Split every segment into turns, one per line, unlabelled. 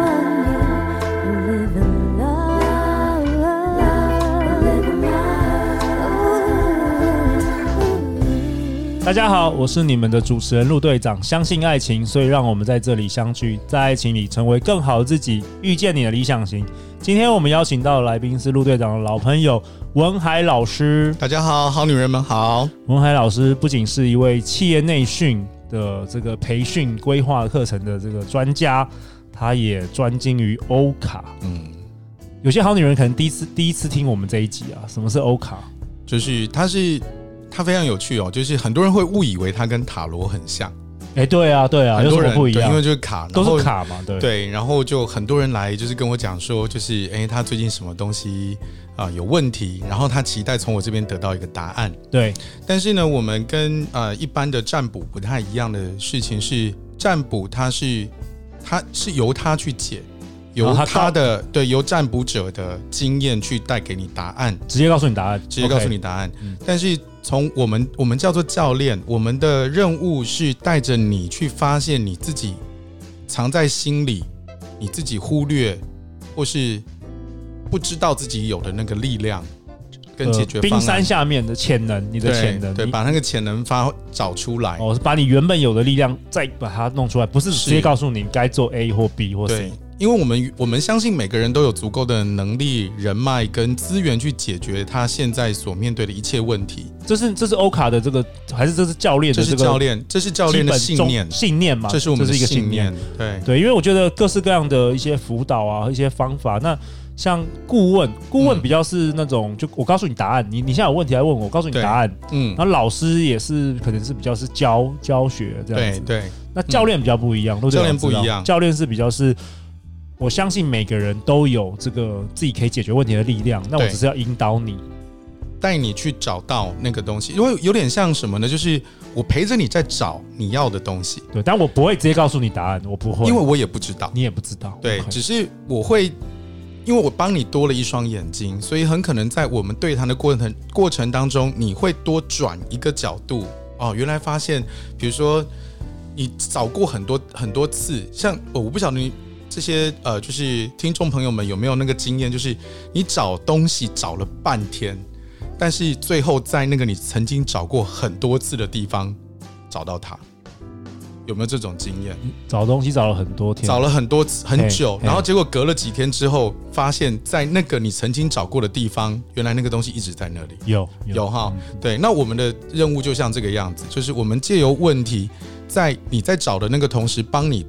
want you, live in love, live in love.
大家好，我是你们的主持人陆队长。相信爱情，所以让我们在这里相聚，在爱情里成为更好的自己，遇见你的理想型。今天我们邀请到的来宾是陆队长的老朋友文海老师。
大家好，好女人们好。
文海老师不仅是一位企业内训的这个培训规划课程的这个专家，他也专精于欧卡。
嗯，
有些好女人可能第一次第一次听我们这一集啊，什么是欧卡？
就是它是它非常有趣哦，就是很多人会误以为它跟塔罗很像，
哎、对啊，对啊，
很
有什
多
么
人
不一
对
样
因为？就是卡，然
都
后
是。卡嘛，对。
对，然后就很多人来，就是跟我讲说，就是哎，他最近什么东西啊、有问题，然后他期待从我这边得到一个答案。
对
但是呢，我们跟呃一般的占卜不太一样的事情是，占卜它是它是由他去解，由
啊他
他
到
的对由占卜者的经验去带给你答案。
直接告诉你答案，
直接告诉
OK
你答案。
嗯
但是从我们我们叫做教练，我们的任务是带着你去发现你自己藏在心里、你自己忽略或是不知道自己有的那个力量跟解决
呃
方
冰
案。
山下面的潜能，你的
对
潜能，
对，
你
把那个潜能发找出来。
哦，是把你原本有的力量再把它弄出来，不是
是
直接告诉你该做 A 或 B 或
对
C。，
因为我们我们相信每个人都有足够的能力、人脉跟资源去解决他现在所面对的一切问题。
这是这是欧卡的这个，还是这是教练
这
的
是
这个
教练，这是教练的
基
信
本中
念，
信念嘛？
这是我们的
一个
信
信
念。。对，
对，因为我觉得各式各样的一些辅导啊，一些方法，那像顾问，顾问
嗯
比较是那种，就我告诉你答案，你你现在有问题来问我，我告诉你
对
答案。
嗯
然，后老师也是可能是比较是教教学这样
对
子。
对
那教练比较不一样，陆队长
教练不
知道
一样
教练是比较是，我相信每个人都有这个自己可以解决问题的力量，那我
对
只是要引导你，
带你去找到那个东西，因为有点像什么呢？就是我陪着你在找你要的东西，
对，但我不会直接告诉你答案，我不会，
因为我也不知道。
你也不知道，
对，
OK
只是我会，因为我帮你多了一双眼睛，所以很可能在我们对谈的过程过程当中，你会多转一个角度哦。原来发现，比如说你找过很多很多次，像呃我我不晓得你这些呃，就是听众朋友们有没有那个经验，就是你找东西找了半天，但是最后在那个你曾经找过很多次的地方找到它，有没有这种经验？
找东西找了很多天，
找了很多次很久，
嘿
然后结果隔了几天之后，发现在那个你曾经找过的地方，原来那个东西一直在那里。
有
有哈，
嗯
对，那我们的任务就像这个样子，就是我们借由问题，在你在找的那个同时，帮你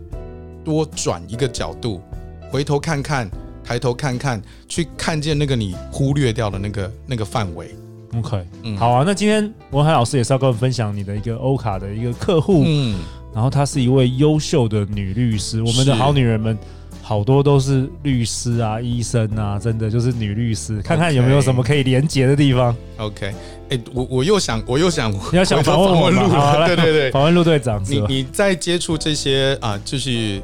多转一个角度，回头看看，抬头看看，去看见那个你忽略掉的那个那个范围。
，OK，
嗯
好啊，那今天文海老师也是要跟我们分享你的一个欧卡的一个客户，
嗯，
然后她是一位优秀的女律师，我们的
是
好女人们。好多都是律师啊、医生啊，真的就是女律师，看看有没有什么可以连结的地 方。
OK，哎、我我又想，我又想，
你要想
回头
访问我
访
吗
问路
好来
了，对对对，
访问陆队长是
你
吧？
你在接触这些啊、就是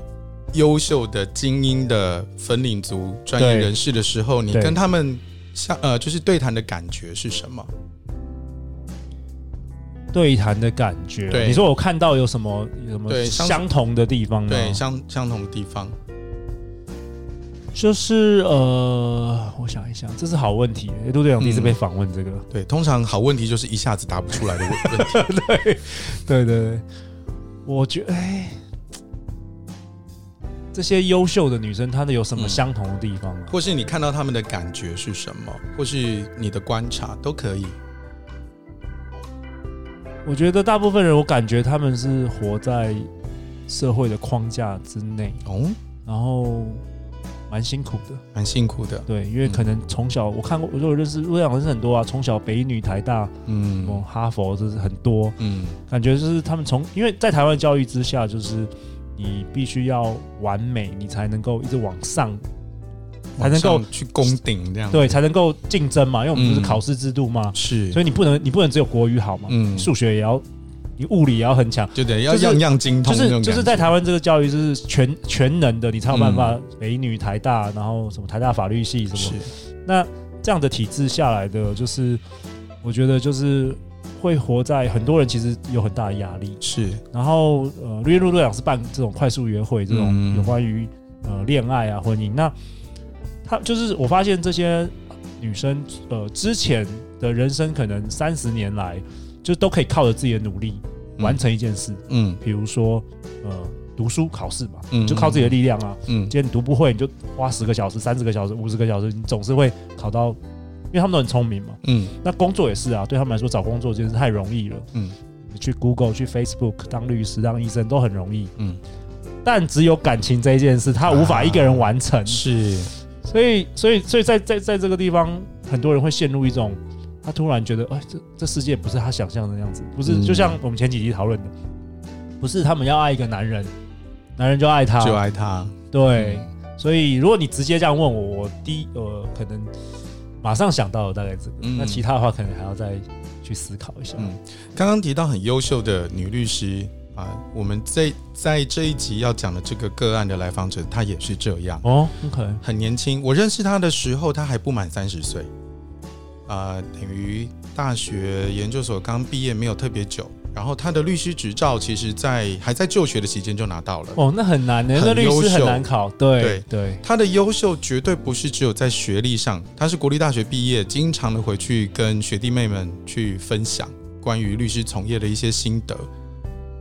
优秀的精英的粉领族专业
对
人士的时候，你
对
跟他们相呃，就是对谈的感觉是什么？
对谈的感觉，
对
你说我看到有什么有什么
对相
相同的地方吗？
对，相相同的地方，
就是呃，我想一想，这是好问题。诶陆队长第一
嗯
次被访问这个，
对，通常好问题就是一下子答不出来的 问问题。
对对对，我觉得哎，这些优秀的女生她的有什么
嗯
相同的地方啊？
或是你看到他们的感觉是什么，或是你的观察都可以。
我觉得大部分人，我感觉他们是活在社会的框架之内，
哦，
然后蛮辛苦的。
蛮辛苦的，
对，因为可能从小我看过，我就认识陆队长认识很多啊，从小北女、台大、什么
嗯
哈佛，就是很多，
嗯，
感觉就是他们从，因为在台湾教育之下，就是你必须要完美，你才能够一直往上，才能够
往上去攻顶这样。，
对，才能够竞争嘛，因为我们就是
嗯
考试制度嘛，
是
所，以你不能你不能只有国语好嘛，
嗯
数学也要你物理也要很强，
就得要
就是
样样精通
就
那种
是
感觉。
就是在台湾这个教育就是全全能的，你才有办法北女台大，然后什么台大法律系什
嗯是
么，那这样的体制下来的，就是我觉得就是会活在很多人其实有很大的压力。
是
然后呃，因为陆队长是办这种快速约会，这种
嗯
有关于呃恋爱啊、婚姻，那他就是我发现这些女生呃之前的人生可能三十年来就都可以靠着自己的努力完，成一件事，
嗯
比如说呃读书考试嘛，
嗯
就靠自己的力量啊。
嗯
今天你读不会，你就花十个小时、三十个小时、五十个小时，你总是会考到，因为他们都很聪明嘛。
嗯
那工作也是啊，对他们来说找工作真是太容易了。
嗯
你去 Google、去 Facebook 当律师、当医生都很容易，
嗯，
但只有感情这一件事，他无法一个人完成。
是
所以，所以，所以在在在这个地方，很多人会陷入一种，他突然觉得，哎，这这世界不是他想象的那样子，不是、
嗯
就像我们前几集讨论的，不是他们要爱一个男人，男人就爱他，
就爱嗯他。
对。所以，如果你直接这样问我，我第一呃可能马上想到的大概这个，
嗯
那其他的话可能还要再去思考一下。
嗯刚刚提到很优秀的女律师啊，我们在在这一集要讲的这个个案的来访者，她也是这样。
哦，OK，
很年轻。我认识他的时候，他还不满三十岁，啊、等于大学研究所刚毕业没有特别久。然后他的律师执照，其实在还在就学的期间就拿到了。
哦，那很难的，
很
那律
优
师
秀
很难考，对
对
对，
他的优秀绝对不是只有在学历上，他是国立大学毕业，经常的回去跟学弟妹们去分享关于律师从业的一些心得。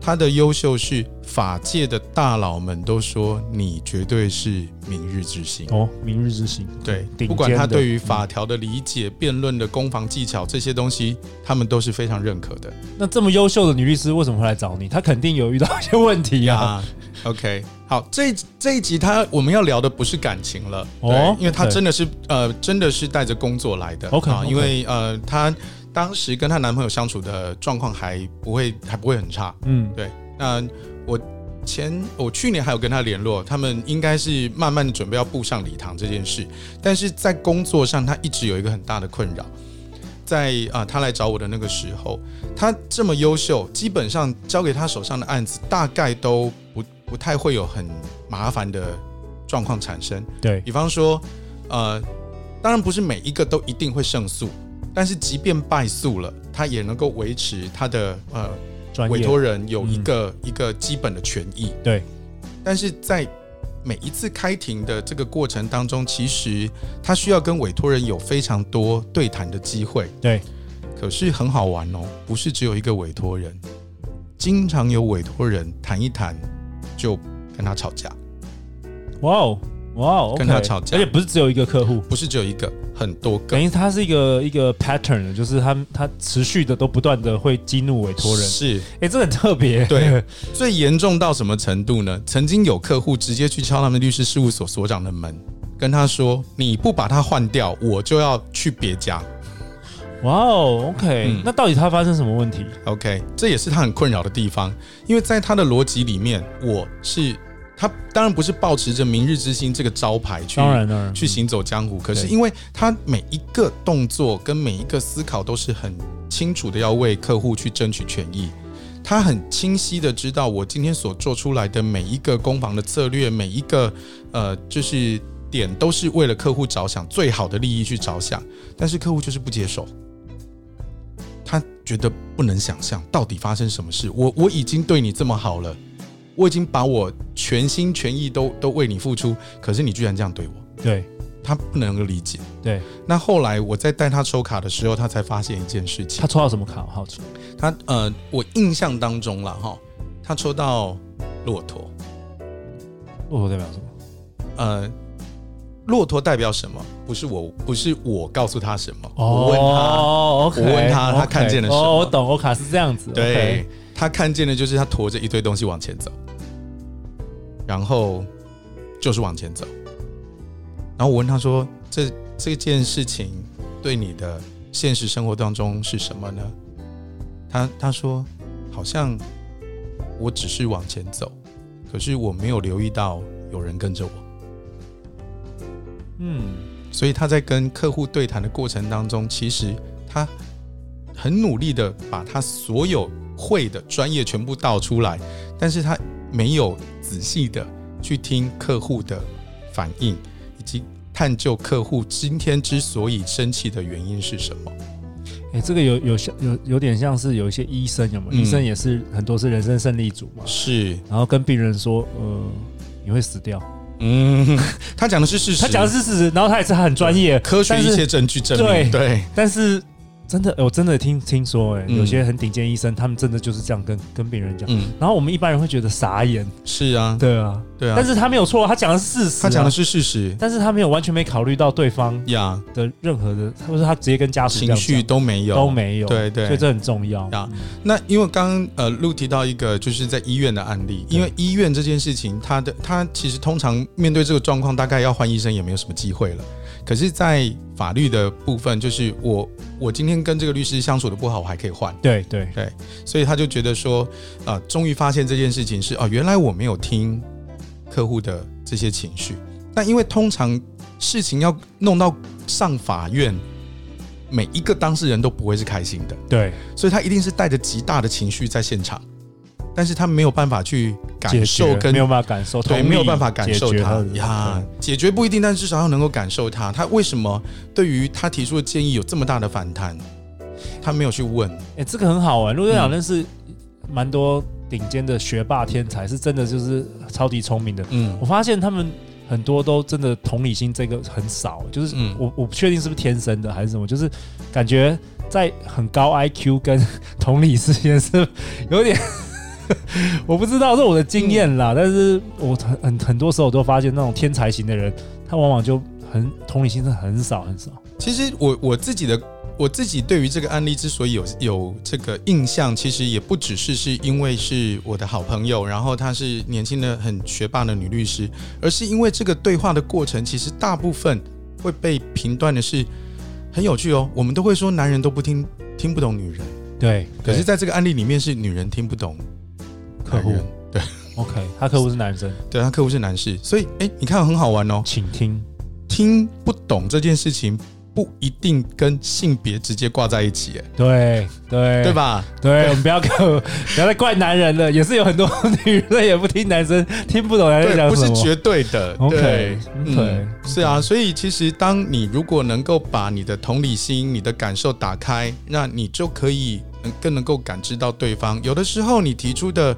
他的优秀是法界的大佬们都说你绝对是明日之星。
哦，明日之星，
对
顶，
不管
尖
他
的
对于法条的理解、辩论的攻防技巧这些东西，他们都是非常认可的
那这么优秀的女律师为什么会来找你？她肯定有遇到一些问题啊。
啊。OK，好，这这一集他我们要聊的不是感情了，
哦
对因为他
OK
真的是呃，真的是带着工作来的
OK，
啊
OK
因为呃，她当时跟她男朋友相处的状况还不会还不会很差，
嗯，
对，那我前我去年还有跟他联络，他们应该是慢慢的准备要步上礼堂这件事，但是在工作上他一直有一个很大的困扰。在啊、他来找我的那个时候，他这么优秀，基本上交给他手上的案子，大概都不不太会有很麻烦的状况产生。
对，
比方说，呃，当然不是每一个都一定会胜诉，但是即便败诉了，他也能够维持他的呃
专业嗯
委托人有一个、一个基本的权益。
对，
但是在每一次开庭的这个过程当中，其实他需要跟委托人有非常多对谈的机会。
对，
可是很好玩哦，不是只有一个委托人，经常有委托人谈一谈就跟他吵架，
哇哦哇哦，OK
跟他吵架
而且不是只有一个客户，
不是只有一个，很多个
等。于它是一个一个 pattern，就是他他持续的都不断的会激怒委托人，
是
哎，这很特别，
对，最严重到什么程度呢？曾经有客户直接去敲他们律师事务所所长的门，跟他说：“你不把他换掉，我就要去别家。
哇哦，OK，
嗯
那到底他发生什么问题？”
OK，这也是他很困扰的地方，因为在他的逻辑里面，我是他当然不是抱持着“明日之星”这个招牌去
当然当然
去行走江湖，可是
对
因为他每一个动作跟每一个思考都是很清楚的，要为客户去争取权益。他很清晰的知道我今天所做出来的每一个攻防的策略，每一个呃就是点都是为了客户着想，最好的利益去着想，但是客户就是不接受。他觉得不能想象到底发生什么事。我我已经对你这么好了，我已经把我全心全意都都为你付出，可是你居然这样对我，
对
他不能够理解。
对，
那后来我在带他抽卡的时候，他才发现一件事情
他，抽到什么卡？好奇，
他呃，我印象当中了哈，他抽到骆驼，
骆驼代表什么？
呃，骆驼代表什么？不是我，不是我告诉他什么，
哦
我问他，
，OK，
我问他他看见了什么
哦，我懂，我卡是这样子，
对
OK，
他看见的就是他驮着一堆东西往前走，然后就是往前走。然后我问他说：“这这件事情对你的现实生活当中是什么呢？”他他说：“好像我只是往前走，可是我没有留意到有人跟着我。”
嗯。
所以他在跟客户对谈的过程当中，其实他很努力的把他所有会的专业全部倒出来，但是他没有仔细的去听客户的反应，以及探究客户今天之所以生气的原因是什么。
哎、这个有有像有有点像是有一些医生有没有？
嗯
医生也是很多是人生胜利组嘛，
是，
然后跟病人说，呃，你会死掉。
嗯，他讲的是事实，
他讲的是事实，然后他也是很专业，
科学
但
一
是
些证据证
对
明，对，
但是真的，哎我真的听听说、哎、
嗯
有些很顶尖医生，他们真的就是这样跟跟病人讲。
嗯，
然后我们一般人会觉得傻眼，
是啊，
对啊，
对啊，
但是他没有错，他讲的是事实、
他讲的
是，
是事实
但是他没有完全没考虑到对方
呀，
的任何的，或者是他直接跟家属这
情
样
绪
讲
都没有，
都没有，
对对
所以这很重要。
呀那因为刚刚呃陆提到一个就是在医院的案例，因为医院这件事情，它的它其实通常面对这个状况，大概要换医生也没有什么机会了。可是，在法律的部分，就是我我今天跟这个律师相处的不好，我还可以换，
对对，
所以他就觉得说，啊、终于发现这件事情是哦、原来我没有听客户的这些情绪。那因为通常事情要弄到上法院，每一个当事人都不会是开心的。
对，
所以他一定是带着极大的情绪在现场，但是他没有办法去
解
感受
决
跟
没有办法感受，
对
同理
没有办法感受
解决
他
的
呀，解决不一定，但至少要能够感受他。他为什么对于他提出的建议有这么大的反弹？他没有去问，
哎、这个很好玩。陆队长
嗯
认识蛮多顶尖的学霸天才，是真的就是超级聪明的。
嗯
我发现他们很多都真的同理心这个很少，就是
嗯
我我不确定是不是天生的还是什么，就是感觉在很高 IQ 跟同理之间是有点。 我不知道这是我的经验啦，但是我很很很多时候我都发现那种天才型的人，他往往就很同理心是很少很少。
其实我我自己的我自己对于这个案例之所以有有这个印象，其实也不只是是因为是我的好朋友，然后她是年轻的很学霸的女律师，而是因为这个对话的过程，其实大部分会被评断的是很有趣哦。我们都会说男人都不听听不懂女人，
对，
可是
对
在这个案例里面是女人听不懂
客户
男人
OK，他客户是男生，
对，他客户是男士，所以哎，你看很好玩哦。
请听。
听不懂这件事情不一定跟性别直接挂在一起，哎
对对
对？吧？
对，我们不要跟不要再怪男人了，也是有很多女人也不听男生，听不懂男人
对，
讲
不
什
是
么。
绝对的。
OK，
对
OK，
是啊。所以其实，当你如果能够把你的同理心、你的感受打开，那你就可以嗯更能够感知到对方。有的时候，你提出的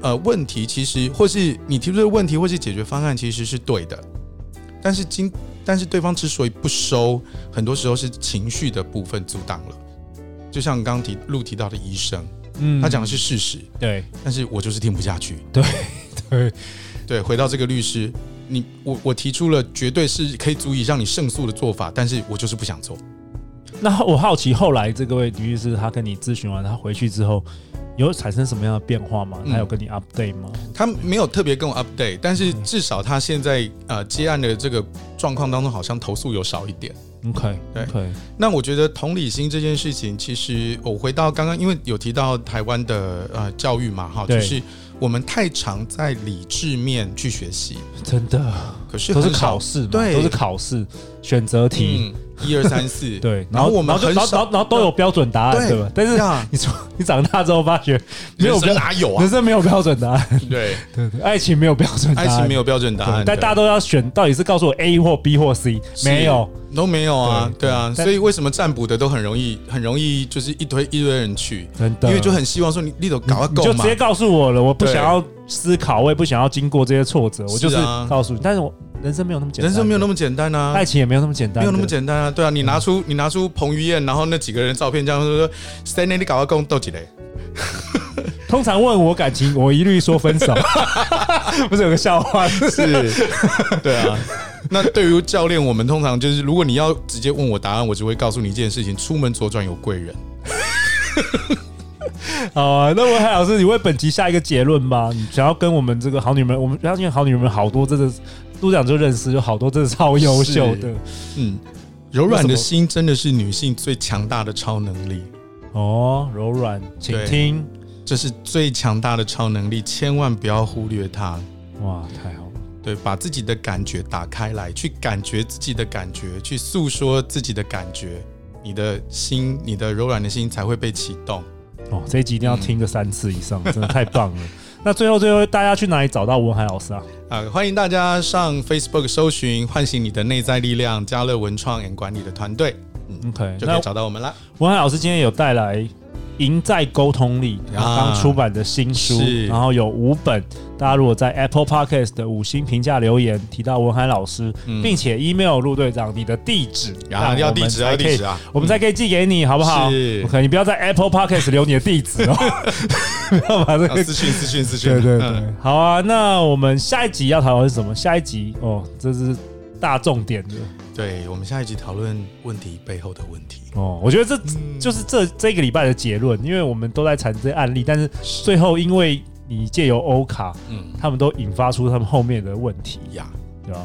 呃问题，其实或是你提出的问题或是解决方案，其实是对的。但是今但是对方之所以不收，很多时候是情绪的部分阻挡了。就像刚刚提陆提到的医生，
嗯
他讲的是事实，
对
但是我就是听不下去。
对
对，回到这个律师，你我我提出了绝对是可以足以让你胜诉的做法，但是我就是不想做。
那我好奇，后来这个位女律师她跟你咨询完，她回去之后有产生什么样的变化吗？
嗯
她有跟你 update 吗？
他没有特别跟我 update，但是
嗯
至少他现在呃接案的这个状况当中，好像投诉有少一点。
OK，
对
OK，
那我觉得同理心这件事情，其实呃我回到刚刚，因为有提到台湾的呃教育嘛，哈，
对
就是我们太常在理智面去学习，
真的
可是
都是
很少
考试嘛，
对
都是考试选择题，
嗯一二三四，
对，
然后我们
然后就
很
然后
少
然后然后都有标准答案，
对
对吧？但是
呀
你说你长大之后发觉没有
人
标
生哪有啊
人？生没有标准答案，
对，
对对，爱情没有标准答
爱
案，
情没有标准答案
对，但
对
大家都要选，到底是告诉我 A 或 B 或 C？没有，
是都没有啊，
对
对啊，
但
所以为什么占卜的都很容易，很容易就是一堆一堆人去，
真的，
因为就很希望说你你都搞啊
你
够
就
嘛
直接，告诉我了，我不
对
想要思考，我也不想要经过这些挫折，我就是
是啊
告诉你。但是我人生没有那么简单，
人生没有那
么，
么简单啊
爱。情也没有那么简单，
没有那么简单啊，对啊，你拿出你拿出彭于晏，然后那几个人的照片，这样说说谁那里搞啊够斗几嘞？
单。通常问我感情，我一律说分 手，不是有个笑话？
是， 对啊。那对于教练，我们通常就是，如果你要直接问我答案，我只会告诉你一件事情：出门左转有贵人。
好啊，那文海老师，你为本集下一个结论吧。你想要跟我们这个好女人们，我们相信好女人们好多真的，陆长就认识，有好多真的超优秀的
是嗯，柔软
为什
的
么
心真的是女性最强大的超能力。
哦，柔软，请
对
听，
这是最强大的超能力，千万不要忽略它。
哇，太好了。
对，把自己的感觉打开来，去感觉自己的感觉，去诉说自己的感觉，你的心，你的柔软的心才会被启动。
哦，这一集一定要听个三次以
嗯
上，真的太棒 了。那最后最后，大家去哪里找到文海老师啊？
啊、欢迎大家上 Facebook 搜寻“唤醒你的内在力量”，加乐文创 and 管理的团队，嗯
OK，
就可
那
以找到 我们啦。
文海老师今天有带来《赢在沟通力》然后刚出版的新书，
啊是
然后有五本。大家如果在 Apple Podcast 的五星评价留言提到文海老师，并且 email 陆队长你的地址，
啊
让我们
嗯要地址
才
要
可以
地址啊
我们才可以寄给你，好不好？
是
OK，你不要在 Apple Podcast 留你的地 址哦， 不要把这
啊
个
私讯私讯私讯，
对对对，
嗯
好啊，那我们下一集要讨论是什么？下一集哦，这是大重点的
对，我们下一集讨论问题背后的问题。
哦。我觉得这、
嗯
就是这这个礼拜的结论，因为我们都在谈这些案例，但是最后因为你借由欧卡，
嗯
他们都引发出他们后面的问题，
呀，
对吧？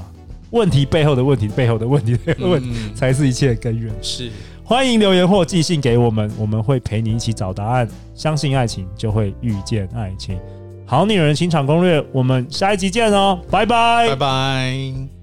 问题背后的问题，背后的问题，背后的问题、
嗯
才是一切的根源。
是，
欢迎留言或寄信给我们，我们会陪你一起找答案。相信爱情，就会遇见爱情。好女人情场攻略，我们下一集见哦，拜拜
拜拜。